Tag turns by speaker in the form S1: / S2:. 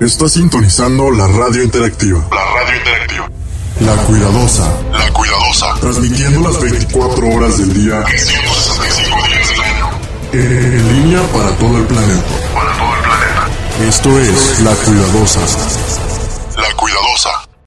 S1: Está sintonizando la radio interactiva.
S2: La radio interactiva.
S1: La cuidadosa.
S2: La cuidadosa.
S1: Transmitiendo las 24 horas del día.
S2: 365 días del año.
S1: En línea para todo el planeta.
S2: Para todo el planeta.
S1: Esto es La Cuidadosa.